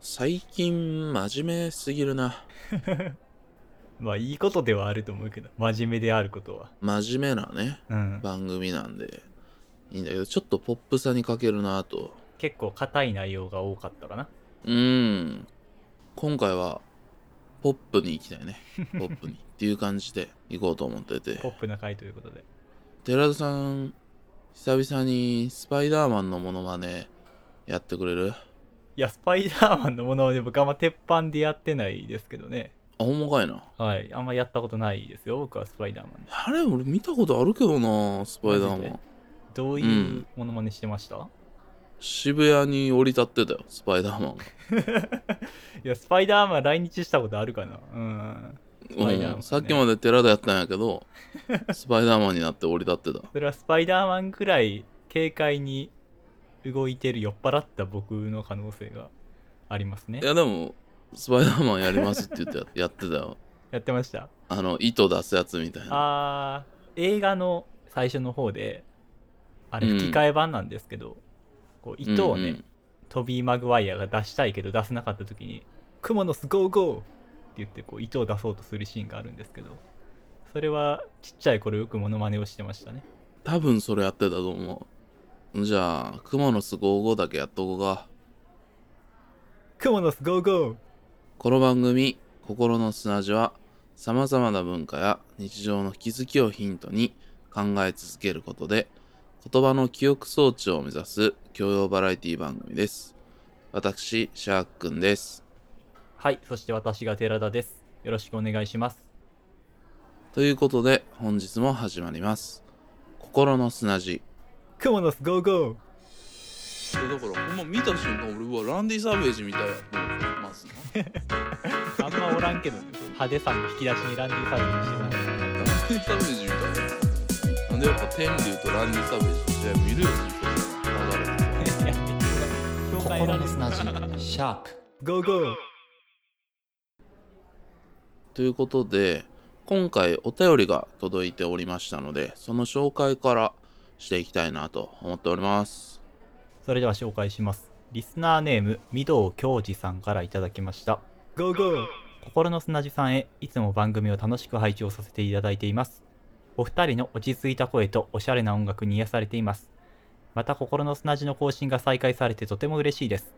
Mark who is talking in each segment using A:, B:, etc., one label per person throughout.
A: 最近真面目すぎるな。
B: まあいいことではあると思うけど、真面目であることは。
A: 真面目なね、
B: うん。
A: 番組なんで、いいんだけど、ちょっとポップさに欠けるなと。
B: 結構硬い内容が多かったかな。
A: うん。今回は、ポップに行きたい ね。ポップに。っていう感じで行こうと思ってて
B: ポ。ップな回ということで。
A: 寺田さん、久々にスパイダーマンのモノマネやってくれる
B: いや、スパイダーマンのものはで僕あんま鉄板でやってないですけどね。
A: あ、ほんまかいな。
B: はい。あんまやったことないですよ、僕はスパイダーマン。
A: あれ、俺見たことあるけどな、スパイダー
B: マジ
A: マ
B: で
A: ン。
B: どういうものまねしてました、
A: 渋谷に降り立ってたよ、スパイダーマンが。
B: いや、スパイダーマン来日したことあるかな。うん。スパイダーマンね
A: うん、さっきまで寺田やったんやけ どスパイダーマンになって降り立ってた
B: それはスパイダーマンくらい軽快に動いてる酔っ払った僕の可能性がありますね
A: い。やでもスパイダーマンやりますって言ってや やってたよ
B: やってました。
A: あの糸出すやつみたいな
B: あー映画の最初の方であれ
A: うん
B: 吹き替え版なんですけど、こう糸をね、
A: うんうん
B: トビー・マグワイアが出したいけど出せなかった時に「クモの巣ゴーゴー!」って言ってこう糸を出そうとするシーンがあるんですけどそれはちっちゃい頃よくモノマネをしてましたね
A: 多分それやってたと思うじゃあ熊の巣55だけやっとこうか
B: 「クモの巣ゴーゴー!
A: この番組「心の砂地」はさまざまな文化や日常の気づきをヒントに考え続けることで言葉の記憶装置を目指す教養バラエティ番組です私シャークくんです」
B: はいそして私が寺田ですよろしくお願いします
A: ということで本日も始まります心の砂地
B: 「クモの巣ゴーゴー!」
A: だからほんま見た瞬間俺はランディ・サーベージみたいやと思ってますな
B: あんまおらんけど、ね、派手さの引き出しにランディ・サーベージしてた
A: ランディ・サー
B: んです
A: ベージみたいななんでやっぱ天で言うとランディ・サーベージって見るように流れてる
B: 心の砂地シャープゴーゴー
A: ということで今回お便りが届いておりましたのでその紹介からしていきたいなと思っております
B: それでは紹介しますリスナーネーム御堂京二さんからいただきましたゴーゴー心の砂地さんへいつも番組を楽しく拝聴させていただいていますお二人の落ち着いた声とおしゃれな音楽に癒されていますまた心の砂地の更新が再開されてとても嬉しいです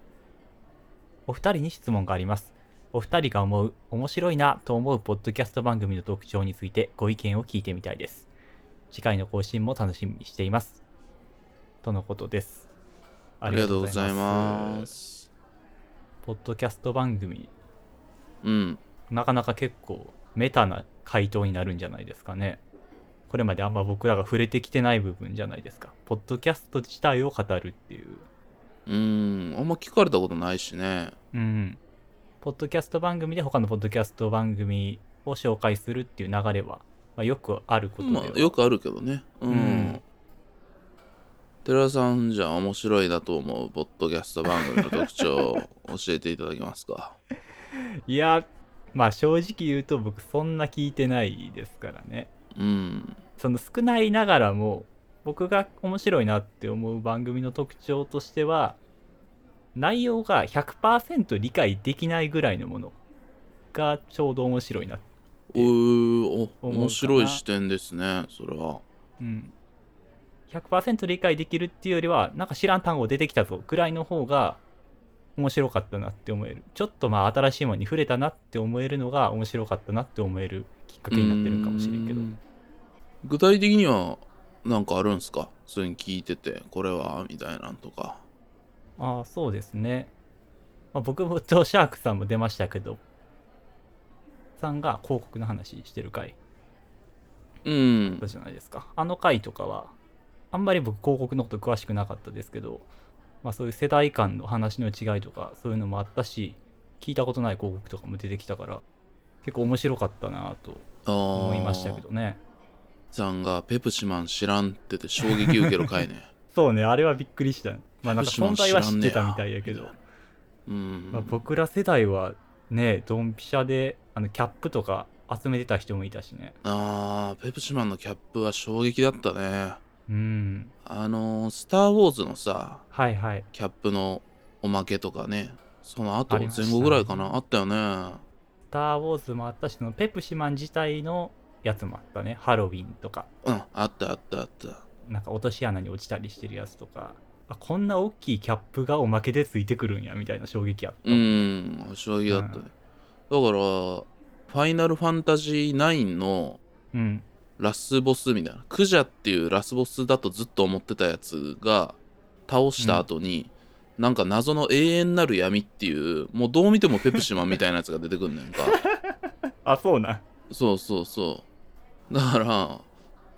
B: お二人に質問がありますお二人が思う面白いなと思うポッドキャスト番組の特徴についてご意見を聞いてみたいです次回の更新も楽しみにしていますとのことです
A: ありがとうございます
B: ポッドキャスト番組、
A: うん
B: なかなか結構メタな回答になるんじゃないですかね。これまであんま僕らが触れてきてない部分じゃないですか。ポッドキャスト自体を語るっていう。
A: うんあんま聞かれたことないしね
B: うん。ポッドキャスト番組で他のポッドキャスト番組を紹介するっていう流れは、まあ、よくあることでは、
A: まあよくあるけどねうん、
B: うん
A: 寺田さんじゃあ面白いなと思うポッドキャスト番組の特徴を教えていただけます か
B: いや、まあ正直言うと僕そんな聞いてないですからね。
A: うん
B: その少ないながらも僕が面白いなって思う番組の特徴としては内容が100%理解できないぐらいのものがちょうど面白いな、
A: おーお
B: 思うかな
A: 面白い視点ですねそれは
B: うん、100%理解できるっていうよりはなんか知らん単語出てきたぞぐらいの方が面白かったなって思えるちょっとまあ新しいものに触れたなって思えるのが面白かったなって思えるきっかけになってるかもしれんけど
A: うん具体的にはなんかあるんすかそれに聞いててこれはみたいなんとか
B: ああそうですね、まあ、僕もとシャークさんも出ましたけどさんが広告の話してる回
A: うん
B: だじゃないですかあの回とかはあんまり僕広告のこと詳しくなかったですけど、まあ、そういう世代間の話の違いとかそういうのもあったし聞いたことない広告とかも出てきたから結構面白かったなと
A: 思
B: 思いましたけどね
A: さんがペプシマン知らんってて衝撃受ける回ね
B: そうねあれはびっくりした まあなんか存在は知ってたみたいやけど
A: うん、
B: まあ、僕ら世代はねドンピシャであのキャップとか集めてた人もいたしね
A: あーペプシマンのキャップは衝撃だったね
B: うん
A: あのースター・ウォーズ」のさ
B: はいはい
A: キャップのおまけとかねその後
B: ありました
A: 前
B: ね
A: 後ぐらいかなあったよね
B: スター・ウォーズもあったし、そのペプシマン自体のやつもあったね。ハロウィンとか、
A: うんあったあったあった
B: なんか落とし穴に落ちたりしてるやつとか、あこんな大きいキャップがおまけでついてくるんやみたいな衝撃あった。
A: うんお衝撃だったね、だからファイナルファンタジー9の
B: うん。
A: ラスボスみたいなクジャっていうラスボスだとずっと思ってたやつが倒した後に、なんか謎の永遠なる闇っていうもうどう見てもペプシマンみたいなやつが出てくんねんか
B: あ、そうなん。
A: そうそうそうだから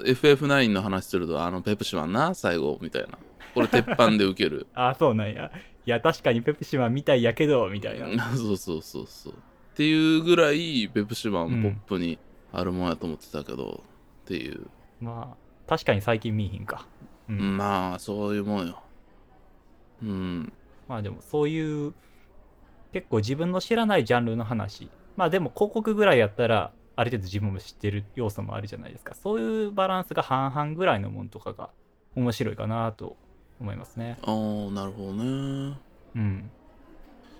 A: FF9 の話するとあのペプシマンな最後みたいなこれ鉄板で受ける
B: あ、そうなんや。いや、確かにペプシマンみたいやけど、み たいな。
A: そうそうそうそうっていうぐらいペプシマンポップにあるもんやと思ってたけど、っていう
B: まあ、確かに最近見えへんか。うん。
A: まあそういうもんようん
B: まあでも、そういう、結構自分の知らないジャンルの話。まあでも、広告ぐらいやったら、ある程度自分も知ってる要素もあるじゃないですか。そういうバランスが半々ぐらいのもんとかが面白いかなと思いますね。
A: ああなるほどね
B: うん。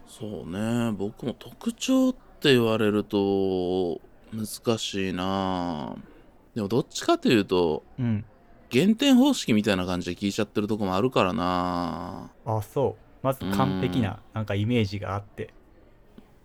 A: そうね僕も特徴って言われると難しいなでもどっちかというと
B: うん。
A: 減点方式みたいな感じで聞いちゃってるとこもあるからな
B: あ、そう。まず完璧な、なんかイメージがあって。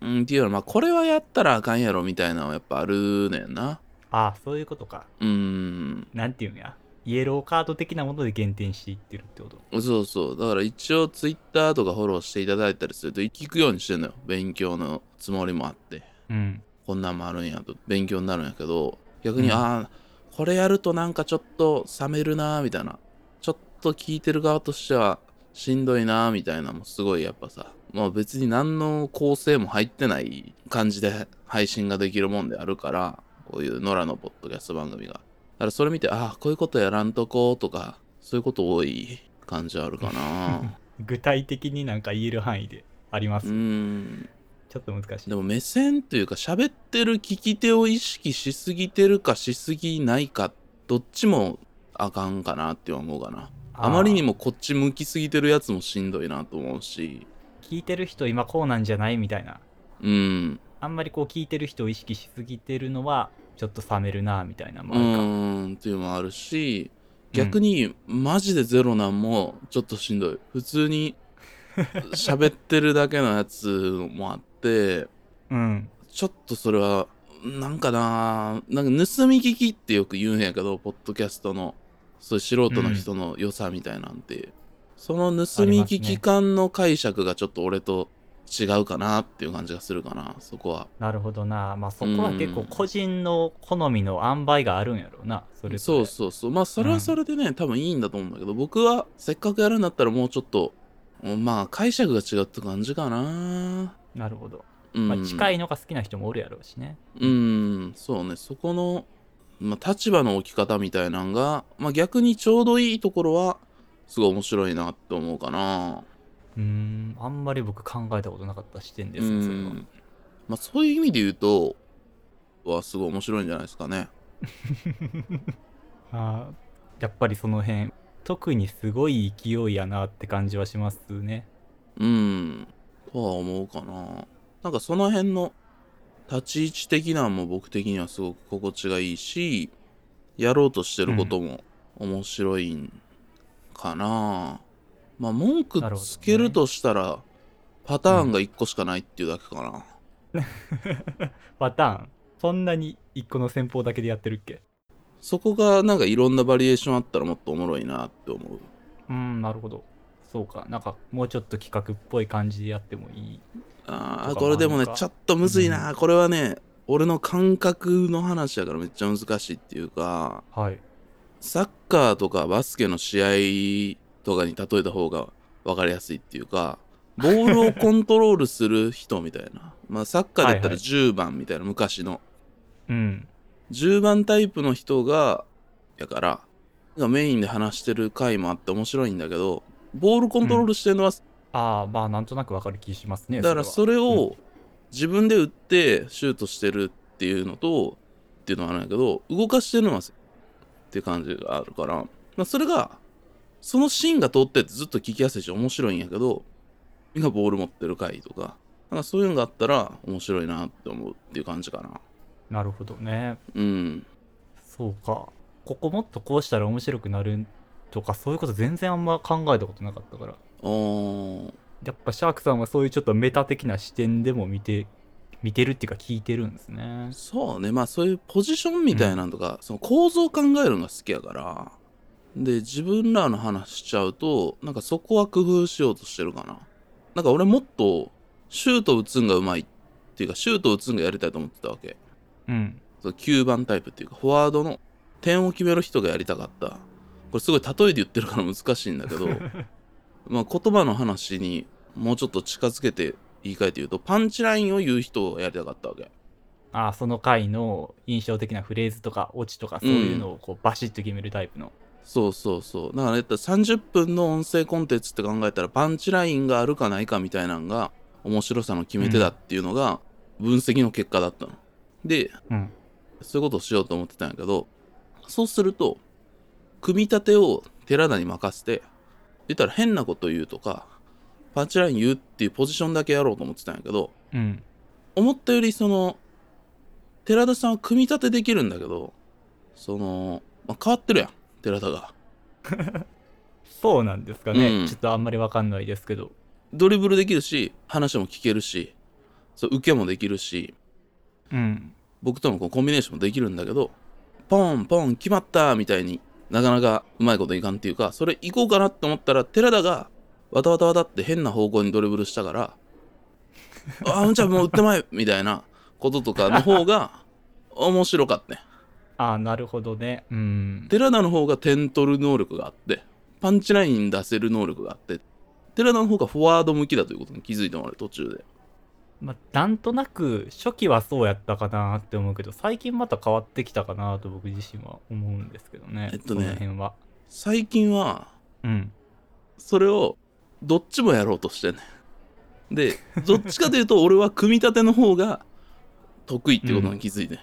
A: うんっていうのはまあこれはやったらあかんやろみたいなのはやっぱあるねんな
B: あそういうことか。
A: うん
B: なんていうんや。イエローカード的なもので減点していってるってこと。
A: そうそうだから一応ツイッターとかフォローしていただいたりすると聞くようにしてんのよ勉強のつもりもあって
B: うん。
A: こんなんもあるんやと勉強になるんやけど逆に、
B: うん
A: ああこれやるとなんかちょっと冷めるなーみたいなちょっと聞いてる側としてはしんどいなーみたいなのもすごいやっぱさまあ別に何の構成も入ってない感じで配信ができるもんであるからこういう野良のポッドキャスト番組がだからそれ見てああこういうことやらんとこうとかそういうこと多い感じあるかな
B: 具体的になんか言える範囲でありま
A: う
B: す。
A: ーん
B: ちょっと難しい。
A: でも目線というか喋ってる聞き手を意識しすぎてるかしすぎないかどっちもあかんかなって思うかなあまりに
B: も
A: もこっち向きすぎてるやつもしんどいなと思うし
B: 聞いてる人今こうなんじゃないみたいな
A: うん
B: あんまりこう聞いてる人を意識しすぎてるのはちょっと冷めるなみたいな
A: う
B: もんか、
A: ーんっていうのもあるし逆にマジでゼロなんもちょっとしんどい普通に喋ってるだけのやつもあって
B: うん
A: ちょっとそれはなんかななんか盗み聞きってよく言うんやけどポッドキャストのそういう素人の人の良さみたいなんて、その盗み聞き感の解釈がちょっと俺と違うかなっていう感じがするかなそこは
B: なるほどなまあそこは結構個人の好みの塩梅があるんやろうなそれ
A: そう
B: う
A: そうそうまあそれはそれでね、多分いいんだと思うんだけど僕はせっかくやるんだったらもうちょっとまあ解釈が違うって感じかな
B: なるほど、
A: うん、
B: まあ、近
A: い
B: いのが好きな人もおるやろうしね
A: うんそうねそこの、まあ、立場の置き方みたいなんが、まあ、逆にちょうどいいところはすごい面白いなって思うかな
B: うーんあんまり僕考えたことなかった視点です
A: う
B: ねそれは
A: んまあ、そういう意味で言うとはすごい面白いんじゃないですかね
B: あーやっぱりその辺特にすごい勢いやなって感じはしますね
A: うんとは思うかななんかその辺の立ち位置的なんも僕的にはすごく心地がいいしやろうとしてることも面白いんかな、まあ文句
B: なるほどね
A: つけるとしたら、パターンが1個しかないっていうだけかな、
B: パターンそんなに一個の戦法だけでやってるっけ
A: そこがなんかいろんなバリエーションあったらもっとおもろいなって思う
B: うんなるほどそうかなんかもうちょっと企画っぽい感じでやってもいい
A: あ
B: と
A: あ
B: か
A: これでもね
B: なんか
A: ちょっとむずいな、これはね俺の感覚の話やからめっちゃ難しいっていうか
B: はい
A: サッカーとかバスケの試合とかに例えた方が分かりやすいっていうかボールをコントロールする人みたいな まあサッカーで言った
B: は
A: ら
B: いはい
A: 10番みたいな昔の
B: うん
A: 10番タイプの人がやからがメインで話してる回もあって面白いんだけどボールコントロールしてるのは
B: ああまあなんとなくわかる気しますね
A: だからそ
B: れ
A: れを自分で打ってシュートしてるっていうのとっていうのはあるんやけど動かしてるのはっていう感じがあるから、まあ、それがそのシーンが通っててずっと聞きやすいし面白いんやけどがボール持ってる回とか、なんかそういうのがあったら面白いなって思うっていう感じかな。
B: なるほどね。
A: うん。
B: そうか。ここもっとこうしたら面白くなるとか、そういうこと全然あんま考えたことなかったから。
A: あー
B: やっぱシャークさんはそういうちょっとメタ的な視点でも見て、見てるっていうか聞いてるんですね。
A: そうね。まあそういうポジションみたいなのとか、その構造を考えるのが好きやから、で、自分らの話しちゃうと、なんかそこは工夫しようとしてるかな。なんか俺もっとシュート打つんがうまいっていうか、シュート打つんがやりたいと思ってたわけ。
B: うん。
A: その9番タイプっていうか、フォワードの点を決める人がやりたかった。これすごい例えで言ってるから難しいんだけど、まあ言葉の話にもうちょっと近づけて言い換えて言うと、パンチラインを言う人をやりたかったわけ。
B: ああ、その回の印象的なフレーズとかオチとかそういうのをこうバシッと決めるタイプの。
A: そうそうそう。だからやっぱ30分の音声コンテンツって考えたら、パンチラインがあるかないかみたいなのが、面白さの決め手だっていうのが、分析の結果だったの。で、
B: うん。
A: そういうことをしようと思ってたんやけど、そうすると、組み立てを寺田に任せて、言ったら変なこと言うとか、パンチライン言うっていうポジションだけやろうと思ってたんやけど、
B: うん。
A: 思ったよりその、寺田さんは組み立てできるんだけど、その、まあ変わってるやん、寺田が。
B: そうなんですかね。
A: うん
B: ちょっとあんまりわかんないですけど。
A: ドリブルできるし、話も聞けるし、そう受けもできるし、
B: うん。
A: 僕とのこうコンビネーションもできるんだけど、ポンポン決まったみたいになかなかうまいこといかんっていうか、それ行こうかなって思ったら、寺田がわたわたわたって変な方向にドリブルしたから、あ、うんちゃんもう打ってまえみたいなこととかの方が面白かったね。
B: ああ、なるほどね。うん。
A: 寺田の方が点取る能力があって、パンチライン出せる能力があって、寺田の方がフォワード向きだということに気づいてもらう途中で。
B: まあ、なんとなく初期はそうやったかなって思うけど最近また変わってきたかなと僕自身は思うんですけどね
A: えっとね
B: その辺は
A: 最近は、
B: うん
A: それをどっちもやろうとしてんねんでどっちかというと俺は組み立ての方が得意ってことに気づいて、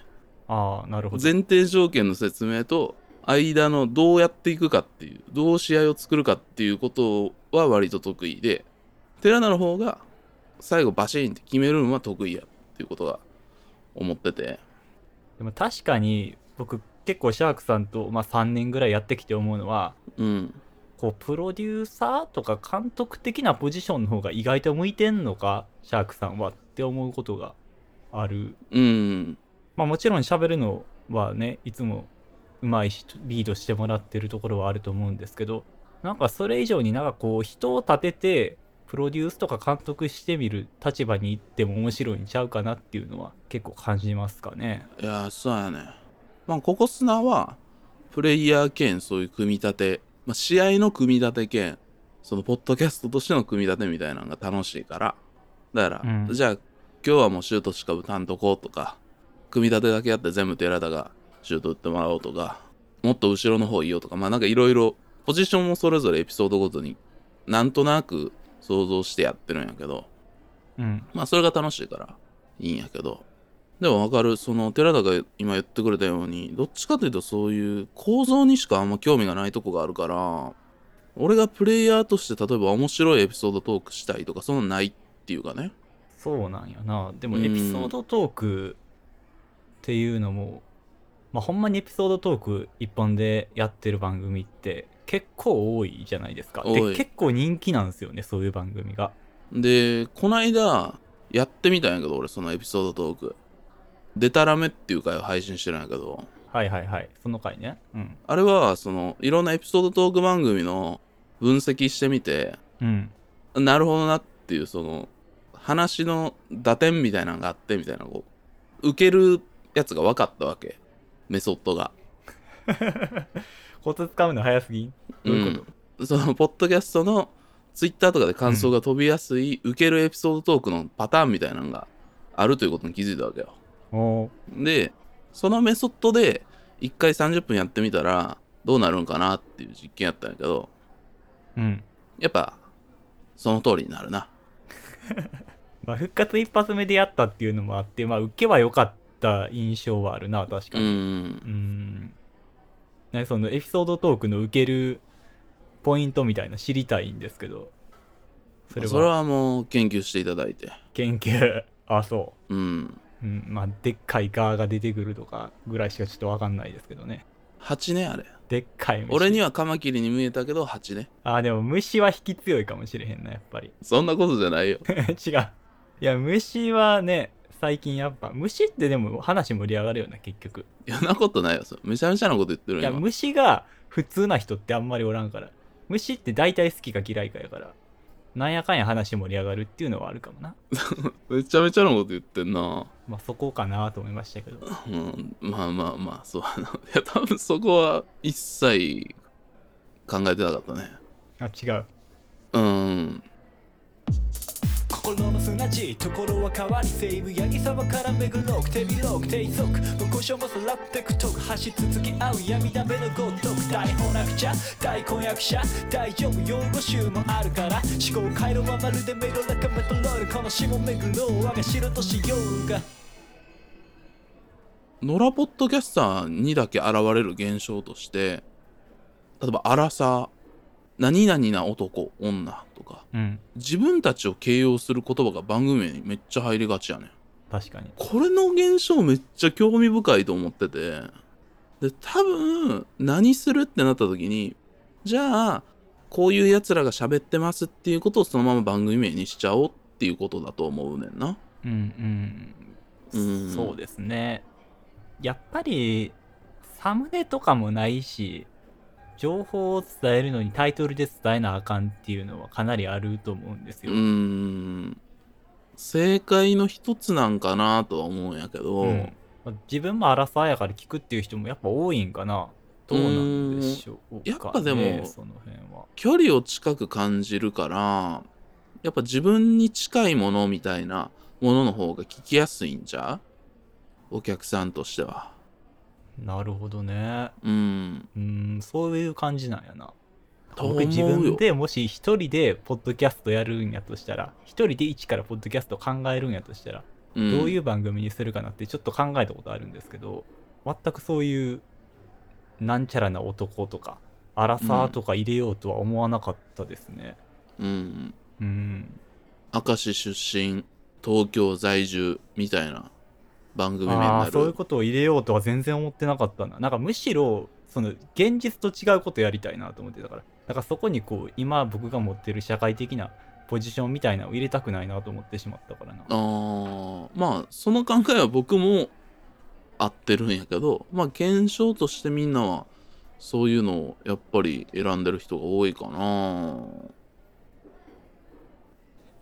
B: ああなるほど
A: 前提条件の説明と間のどうやっていくかっていうどう試合を作るかっていうことは割と得意で寺田の方が最後バシーンって決めるのは得意やっていうことが思ってて
B: でも確かに僕結構シャークさんと、まあ、3年ぐらいやってきて思うのは
A: うん
B: こうプロデューサーとか監督的なポジションの方が意外と向いてんのかシャークさんはって思うことがある
A: うん
B: まあもちろん喋るのはね、いつもうまいし、リードしてもらってるところはあると思うんですけど、なんかそれ以上になんかこう人を立てて、プロデュースとか監督してみる立場に行っても面白いんちゃうかなっていうのは結構感じますかね。
A: いやーそうやねまあここ砂はプレイヤー兼そういう組み立て、まあ、試合の組み立て兼そのポッドキャストとしての組み立てみたいなのが楽しいからだから、
B: うん
A: じゃあ今日はもうシュートしか打たんとこうとか組み立てだけやって全部寺田がシュート打ってもらおうとかもっと後ろの方いいよとかまあなんかいろいろポジションもそれぞれエピソードごとになんとなく想像してやってるんやけど
B: うん。
A: まあそれが楽しいからいいんやけど。でもわかる、その寺田が今言ってくれたように、どっちかというとそういう構造にしかあんま興味がないとこがあるから、俺がプレイヤーとして例えば面白いエピソードトークしたいとか、そんなんないっていうかね。
B: そうなんやな。でも
A: うん
B: エピソードトークっていうのも、まあほんまにエピソードトーク一本でやってる番組って結構多いじゃないですか。
A: 多
B: で、
A: い
B: 結構人気なんですよね、そういう番組が。
A: で、こないだやってみたんやけど、俺そのエピソードトーク。でたらめっていう回を配信してるんやけど、
B: はいはいはい。その回ね。うん。
A: あれはそのいろんなエピソードトーク番組の分析してみて、
B: うん。
A: なるほどなっていうその話の打点みたいなのがあってみたいなこう受けるやつが分かったわけメソッドが
B: コツ掴むの早すぎん。どういうこと、
A: そのポッドキャストのツイッターとかで感想が飛びやすい、受けるエピソードトークのパターンみたいなのがあるということに気づいたわけよ
B: おー
A: でそのメソッドで1回30分やってみたらどうなるんかなっていう実験やったんやけど
B: うん。
A: やっぱその通りになるな
B: まあ、復活一発目でやったっていうのもあって、まあ、受けは良かった印象はあるな、確か
A: う
B: に。
A: ん
B: うん。ね、そのエピソードトークの受けるポイントみたいな知りたいんですけど。そ
A: それはもう研究していただいて
B: 研究あそ
A: うん
B: う、うん、まあでっかいガーが出てくるとかぐらいしかちょっとわかんないですけどね
A: 蜂ねあれ
B: でっかい虫
A: 俺にはカマキリに見えたけど蜂ね
B: あでも虫は引き強いかもしれへんなやっぱり
A: そんなことじゃ ないよ
B: 違ういや虫はね最近やっぱ虫ってでも話盛り上がるよな結局
A: いやそんなことないよそれめちゃめちゃなこと言ってる
B: いや
A: よ今
B: 虫が普通な人ってあんまりおらんから虫って大体好きか嫌いかやからなんやかんや話盛り上がるっていうのはあるかもな
A: めちゃめちゃなこと言ってんな
B: まあそこかなと思いましたけど
A: うんまあまあまあそうあ のいや多分そこは一切考えてなかったね
B: あ違う
A: うん
C: 心の砂地ところは変わり西部八木沢から目黒く手広く低速無故障もさらってくとく走り続け合う闇だべのごとく大翻落者大婚約者大丈夫用語集もあるから思考回路はまるで目黒仲間とロールこの下目黒我が城としようが
A: 野良ポッドキャスターにだけ現れる現象として例えば「荒さ」「何々な男女」とか
B: うん
A: 自分たちを形容する言葉が番組名にめっちゃ入りがちやねん
B: 確かに
A: これの現象めっちゃ興味深いと思っててで多分何するってなった時にじゃあこういうやつらが喋ってますっていうことをそのまま番組名にしちゃおうっていうことだと思うねんな
B: うんう
A: うんん
B: そうですねやっぱりサムネとかもないし情報を伝えるのにタイトルで伝えなあかんっていうのはかなりあると思うんです
A: う
B: よ、
A: ーん正解の一つなんかなとは思うんやけど、
B: うんまあ自分もアラサーやから聞くっていう人もやっぱ多いんかなどうなんでしょう
A: う
B: か、ね、
A: ーんやっぱでも
B: その辺は
A: 距離を近く感じるからやっぱ自分に近いものみたいなものの方が聞きやすいんじゃうお客さんとしては
B: なるほどね
A: うん
B: うーんそういう感じなんやな
A: と思
B: 僕自
A: う
B: 分
A: よ
B: でもし一人でポッドキャストやるんやとしたら一人で一からポッドキャスト考えるんやとしたら
A: どう
B: どう
A: い
B: いうう番組にするかなってちょっと考えたことあるんですけど全くそういうなんちゃらな男とか荒さとか入れようとは思わなかったですね
A: ん、
B: うん
A: 明石出身東京在住みたいな番組名に
B: あ
A: な
B: あ
A: る
B: そういうことを入れようとは全然思ってなかったななんかむしろその現実と違うことやりたいなと思ってたからだからそこにこう今僕が持ってる社会的なポジションみたいなのを入れたくないなと思ってしまったからな
A: あーまあその考えは僕も合ってるんやけどまあ現象としてみんなはそういうのをやっぱり選んでる人が多いかな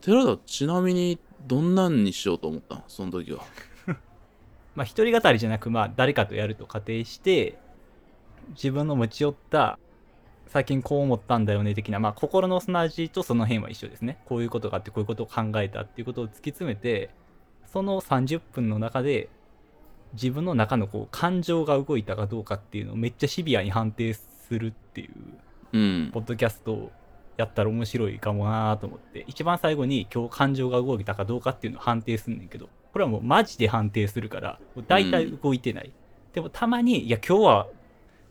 A: 寺田ちなみにどんなんにしようと思ったのその時は
B: まあ、一人語りじゃなく、まあ、誰かとやると仮定して、自分の持ち寄った、最近こう思ったんだよね的な、まあ、心の砂地とその辺は一緒ですね。こういうことがあって、こういうことを考えたっていうことを突き詰めて、その30分の中で、自分の中のこう感情が動いたかどうかっていうのをめっちゃシビアに判定するっていう
A: うん
B: ポッドキャストをやったら面白いかもなーと思って、一番最後に今日感情が動いたかどうかっていうのを判定すんねんけど、これはもうマジで判定するから、もう大体動いてない。でもたまに、いや今日は、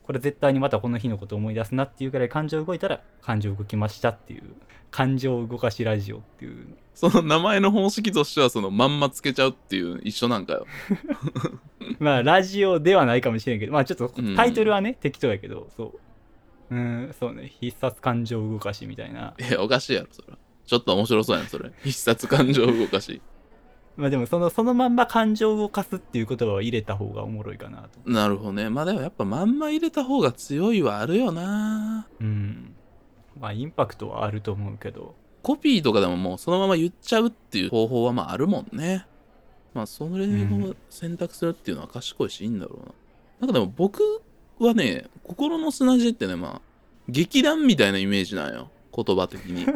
B: これ絶対にまたこの日のこと思い出すなっていうくらい感情動いたら、感情動きましたっていう、感情動かしラジオっ ていう。
A: その名前の方式としてはそのまんまつけちゃうっていう一緒なんかよ
B: まあラジオではないかもしれんけど、まあちょっと
A: うん
B: タイトルはね、適当やけど、そう。うーん、そうね、必殺感情動かしみたいな。
A: いやおかしいやろそれはちょっと面白そうやんそれ必殺感情動かし
B: まあでもそのそのまんま感情を動かすっていう言葉を入れた方がおもろいかなと。
A: なるほどねまあでもやっぱまんま入れた方が強いはあるよな
B: うん。まあインパクトはあると思うけど。
A: コピーとかでももうそのまま言っちゃうっていう方法はまああるもんね。まあそれを選択するっていうのは賢いしいいんだろうな。なんかでも僕はね、心の砂地ってね、まあ劇団みたいなイメージなんよ。言葉的 に。
B: ま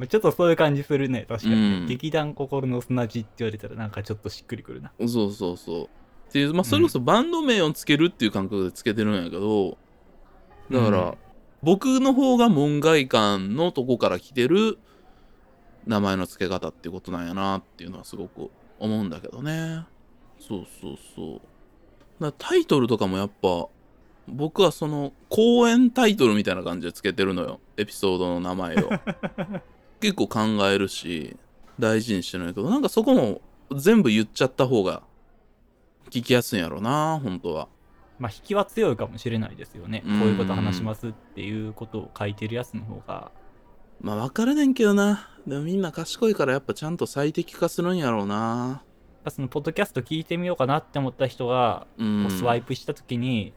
B: あちょっとそういう感じするね。確かにね。
A: うん
B: 劇団心の砂地って言われたらなんかちょっとしっくりくるな。
A: そうそうそう。っていう、まあそれこそバンド名をつけるっていう感覚でつけてるんやけど、だから、
B: うん
A: 僕の方が門外観のとこから来てる名前の付け方ってことなんやなっていうのはすごく思うんだけどね。そうそうそう。だからタイトルとかもやっぱ、僕は その公演タイトルみたいな感じでつけてるのよ。エピソードの名前を。結構考えるし、大事にしてるんやけど、なんかそこも全部言っちゃった方が聞きやすいんやろな、本当は。
B: まあ、引きは強いかもしれないですよね。こ
A: うん
B: ういうこと話しますっていうことを書いてるやつの方が、
A: まあ分かるねんけどな。でもみんな賢いからやっぱちゃんと最適化するんやろうな。
B: そのポッドキャスト聞いてみようかなって思った人が、
A: う
B: こ
A: ん
B: う。スワイプした時に、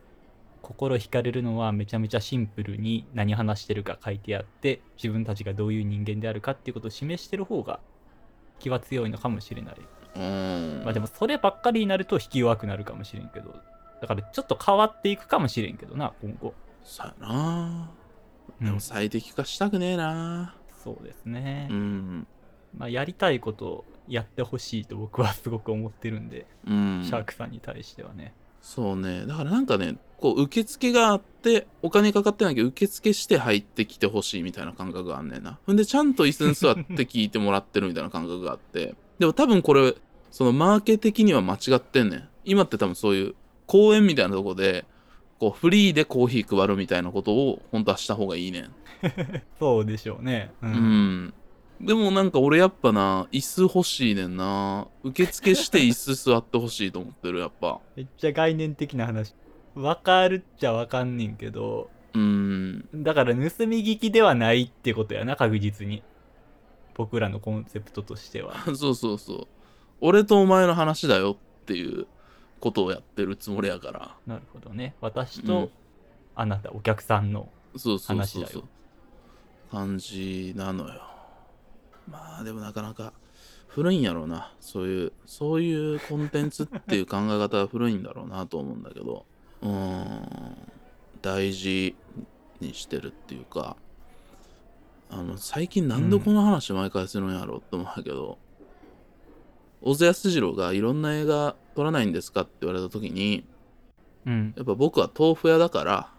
B: 心惹かれるのはめちゃめちゃシンプルに何話してるか書いてあって、自分たちがどういう人間であるかっていうことを示してる方が、引きは強いのかもしれない。
A: うん。
B: まあでもそればっかりになると引き弱くなるかもしれんけど、だからちょっと変わっていくかもしれんけどな、今後。
A: さやな。
B: うん
A: でも最適化したくねえな。
B: そうですね。
A: うん。
B: まあやりたいことをやってほしいと僕はすごく思ってるんで、
A: うん。
B: シャークさんに対してはね。
A: そうね。だからなんかね、こう、受付があって、お金かかってないけど、受付して入ってきてほしいみたいな感覚があんねんな。ほんで、ちゃんと椅子に座って聞いてもらってるみたいな感覚があって。でも多分これ、そのマーケ的には間違ってんねん。今って多分そういう公園みたいなとこで、こう、フリーでコーヒー配るみたいなことを、本当はした方がいいねん。
B: そうでしょうね。うん。
A: うん。でもなんか俺やっぱな、椅子欲しいねんな。受付して椅子座ってほしいと思ってる、やっぱ。
B: めっちゃ概念的な話。わかるっちゃわかんねんけど、
A: うん。
B: だから盗み聞きではないってことやな、確実に。僕らのコンセプトとしては。
A: そうそうそう。俺とお前の話だよっていうことをやってるつもりやから。
B: なるほどね。私
A: う
B: と
A: ん
B: あなた、お客さんの
A: そうそうそ
B: 話
A: う
B: だ
A: そう
B: よ。
A: 感じなのよ。まあでもなかなか古いんやろうな。そういう、そういうコンテンツっていう考え方が古いんだろうなと思うんだけど。うーん。大事にしてるっていうか。あの、最近なんでこの話毎回するんやろうって思うんやけど。小津安二郎がいろんな映画撮らないんですかって言われた時に、
B: うん。
A: やっぱ僕は豆腐屋だから、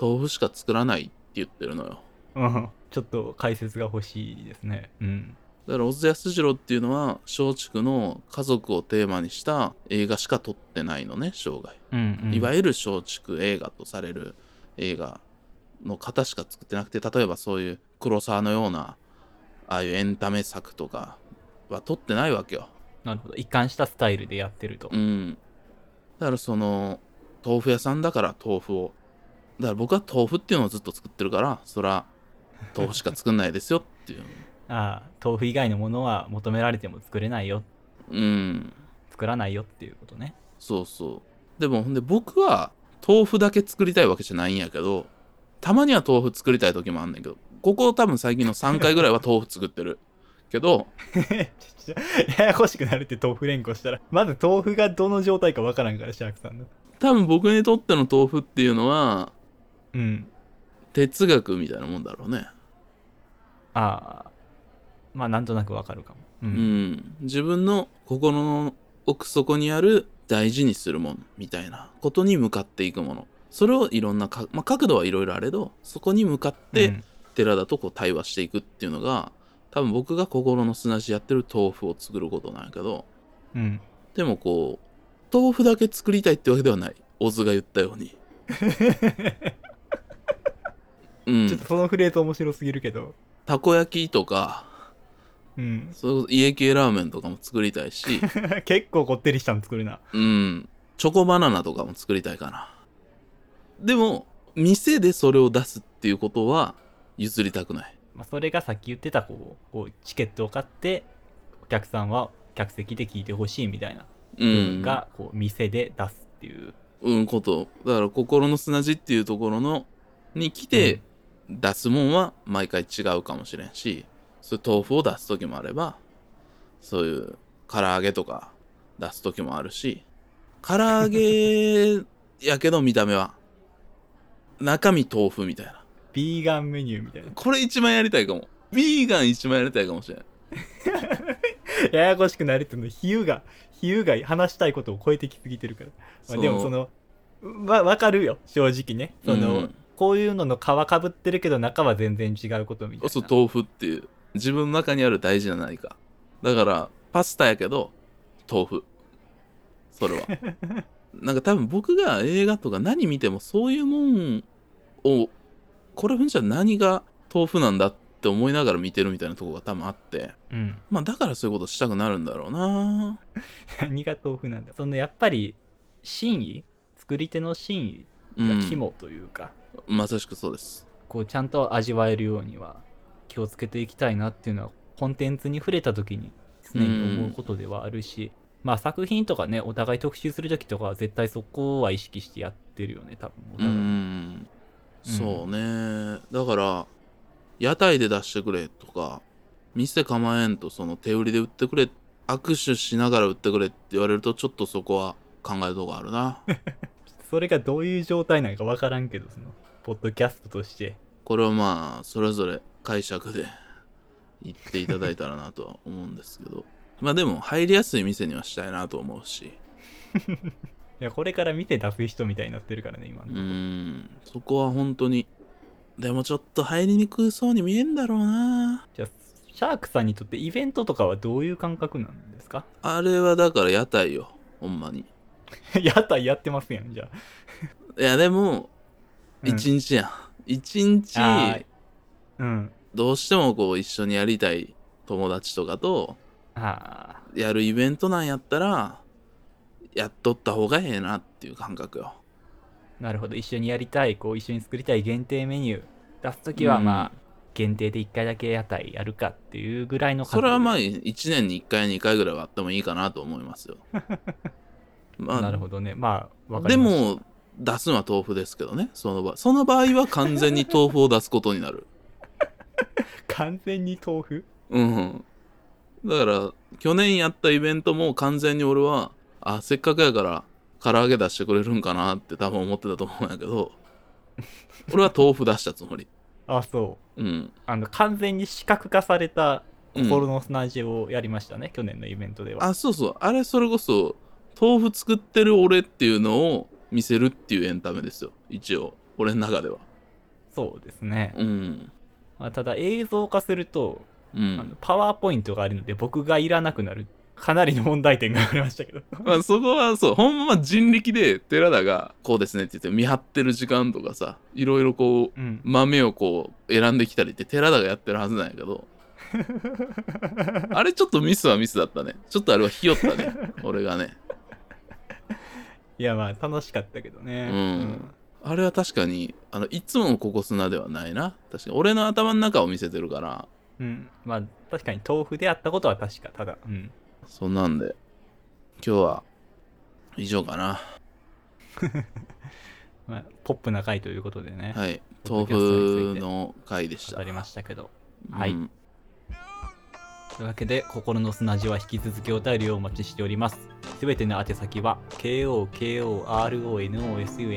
A: 豆腐しか作らないって言ってるのよ。
B: うん。ちょっと解説が欲しいですね。うん。
A: だから、小津安二郎っていうのは、松竹の家族をテーマにした映画しか撮ってないのね、生涯。
B: うん、うん。
A: いわ
B: ゆる。
A: ゆる松竹映画とされる映画の方しか作ってなくて、例えばそういう黒沢のような、ああいうエンタメ作とかは撮ってないわけよ。
B: なるほど。一貫したスタイルでやってると。
A: うん。だからその、豆腐屋さんだから豆腐を。だから僕は豆腐っていうのをずっと作ってるから、そら、豆腐しか作んないですよっていう。
B: ああ、豆腐以外のものは求められても作れないよ。
A: うん。
B: 作らないよっていうことね。
A: そうそう。でも、ほんで僕は豆腐だけ作りたいわけじゃないんやけど、たまには豆腐作りたい時もあんねんけど、ここ多分最近の3回ぐらいは豆腐作ってる。けど、
B: ちょ ややこしくなるって豆腐連呼したらまず豆腐がどの状態かわからんからシャークさんの
A: 多分僕にとっての豆腐っていうのは、
B: うん
A: 哲学みたいなもんだろうね。
B: ああまあなんとなくわかるかもう、
A: うんん、自分の心の奥底にある大事にするものみたいなことに向かっていくものそれをいろんなか、まあ、角度はいろいろあれどそこに向かっ
B: う
A: て
B: ん
A: 寺だとこう対話していくっていうのが多分僕が心の砂地やってる豆腐を作ることなんやけど
B: うん
A: でもこう豆腐だけ作りたいってわけではないオズが言ったように うん
B: ちょっとそのフレーズ面白すぎるけど
A: たこ焼きとか
B: うん
A: そういうこと家系ラーメンとかも作りたいし
B: 結構こってりしたの作るな
A: うん。チョコバナナとかも作りたいかな。でも、店でそれを出すっていうことは譲りたくない。
B: まあ、それがさっき言ってたこうこうチケットを買ってお客さんは客席で聞いてほしいみたいな
A: う
B: 部
A: ん。
B: 分、がこう店で出すっていう、
A: うん、こと。だから、心の砂地っていうところの、に来て出すもんは毎回違うかもしれんし、そういう豆腐を出す時もあれば、そういう唐揚げとか出す時もあるし、唐揚げやけど見た目は、中身豆腐みたいな。
B: ビーガンメニューみたい な
A: これ一番やりたいかも。ビーガン一番やりたいかもしれない。
B: ややこしくなるっていうの比喩が比喩が話したいことを超えてきすぎてるからまあ、でもそのわ分かるよ正直ねその、
A: うん
B: こういうのの皮かぶってるけど中は全然違うことみたいな
A: そう、豆腐っていう。自分の中にある大事な何か。だから、パスタやけど、豆腐。そ れは。なんか多分僕が映画とか何見てもそういうもんを、これふんじゃ何が豆腐なんだっって思いながら見てるみたいなとこが多分あって
B: うん。
A: まあだからそういうことしたくなるんだろうな
B: 何が豆腐なんだそのやっぱり真意作り手の真意
A: う
B: が
A: ん
B: 肝というか、
A: まさしくそうです
B: こうちゃんと味わえるようには気をつけていきたいなっていうのはコンテンツに触れた時に常に思うことではあるし、まあ作品とかねお互い特集する時とかは絶対そこは意識してやってるよね多分お
A: う
B: 互い
A: んそうねだから屋台で出してくれとか店構えんとその手売りで売ってくれ握手しながら売ってくれって言われるとちょっとそこは考えるとこある な
B: それがどういう状態なのか分からんけどそのポッドキャストとして
A: これはまあそれぞれ解釈で 言っていただいたらなとは思うんですけどまあでも入りやすい店にはしたいなと思うし
B: いやこれから見て出す人みたいになってるからね今
A: うーんそこは本当にでもちょっと入りにくそうに見えんだろうな
B: じゃあシャークさんにとってイベントとかはどういう感覚なんですか
A: あれはだから屋台よほんまに
B: 屋台やってますやんじゃあ
A: いやでも
B: うん
A: 一日やん一日
B: あーうん
A: どうしてもこう一緒にやりたい友達とかと
B: あ
A: やるイベントなんやったらやっとった方がええなっていう感覚よ
B: ーなるほど一緒にやりたいこう一緒に作りたい限定メニュー出す時は
A: うん
B: まあ、限定で1回だけ屋台やるかっていうぐらいの
A: それはまあ
B: あ
A: 1年に1回2回ぐらいはあってもいいかなと思います よまあ
B: なるほどねまあわか
A: で
B: りました
A: も出すのは豆腐ですけどねその場その場合は完全に豆腐を出すことになる
B: 完全に豆腐
A: うんだから去年やったイベントも完全に俺はあせっかくやから唐揚げ出してくれるんかなって多分思ってたと思うんやけ ど俺は豆腐出したつもり
B: あそう
A: うん、
B: あの完全に視覚化された
A: うん
B: 心の砂地をやりましたね、去年のイベントでは
A: あそうそうあれそれこそ豆腐作ってる俺っていうのを見せるっていうエンタメですよ一応俺の中では
B: そうですね、
A: うん
B: まあ、ただ映像化すると、
A: う
B: あの
A: ん、
B: パワーポイントがあるので僕がいらなくなるかなりの問題点がありました けど
A: まあそこはそうほんま人力で寺田がこうですねって言って見張ってる時間とかさいろいろこう
B: うん
A: 豆をこう選んできたりって寺田がやってるはずなんやけどあれちょっとミスはミスだったねちょっとあれはひよったね俺がね
B: いやまあ楽しかったけどね
A: うんあれは確かにあのいつものここ砂ではないな確かに俺の頭の中を見せてるから
B: うん、うんまあ確かに豆腐であったことは確かただうん
A: そんなんで今日は以上かな
B: まあ、ポップな回ということでね、
A: はい
B: ポ
A: 豆
B: ッドキャストについ
A: 腐
B: て
A: の回でした
B: 語りましたけどは
A: はいい、
B: というわけで、心の砂地は引き続きお便りをお待ちしております。すべての宛先は、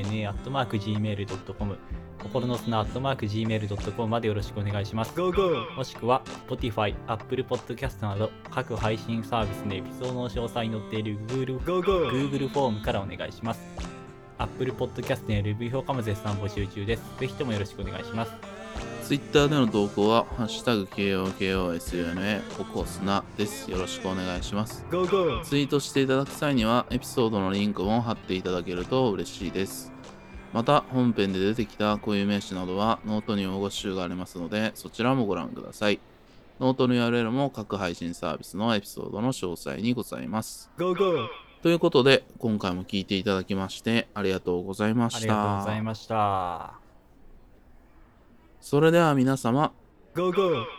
B: kokoronosuna.gmail.com、心の砂 .gmail.com までよろしくお願いします。もしくは、Spotify、Apple Podcast など、各配信サービスのエピソードの詳細に載っている Google, Google フォームからお願いします。Apple Podcast やレビュー評価も絶賛募集中です。ぜひともよろしくお願いします。
A: ツイッターでの投稿は、ハッシュタグ KOKOSUNA、ココスナです。よろしくお願いします。ツイートしていただく際には、エピソードのリンクも貼っていただけると嬉しいです。また、本編で出てきた固有名詞などは、ノートに応募集がありますので、そちらもご覧ください。ノートの URL も各配信サービスのエピソードの詳細にございます。ということで、今回も聞いていただきまして、ありがとうございま
B: あ
A: し
B: りがとうござい
A: た。
B: ました。
A: それでは皆様、
C: Go, go.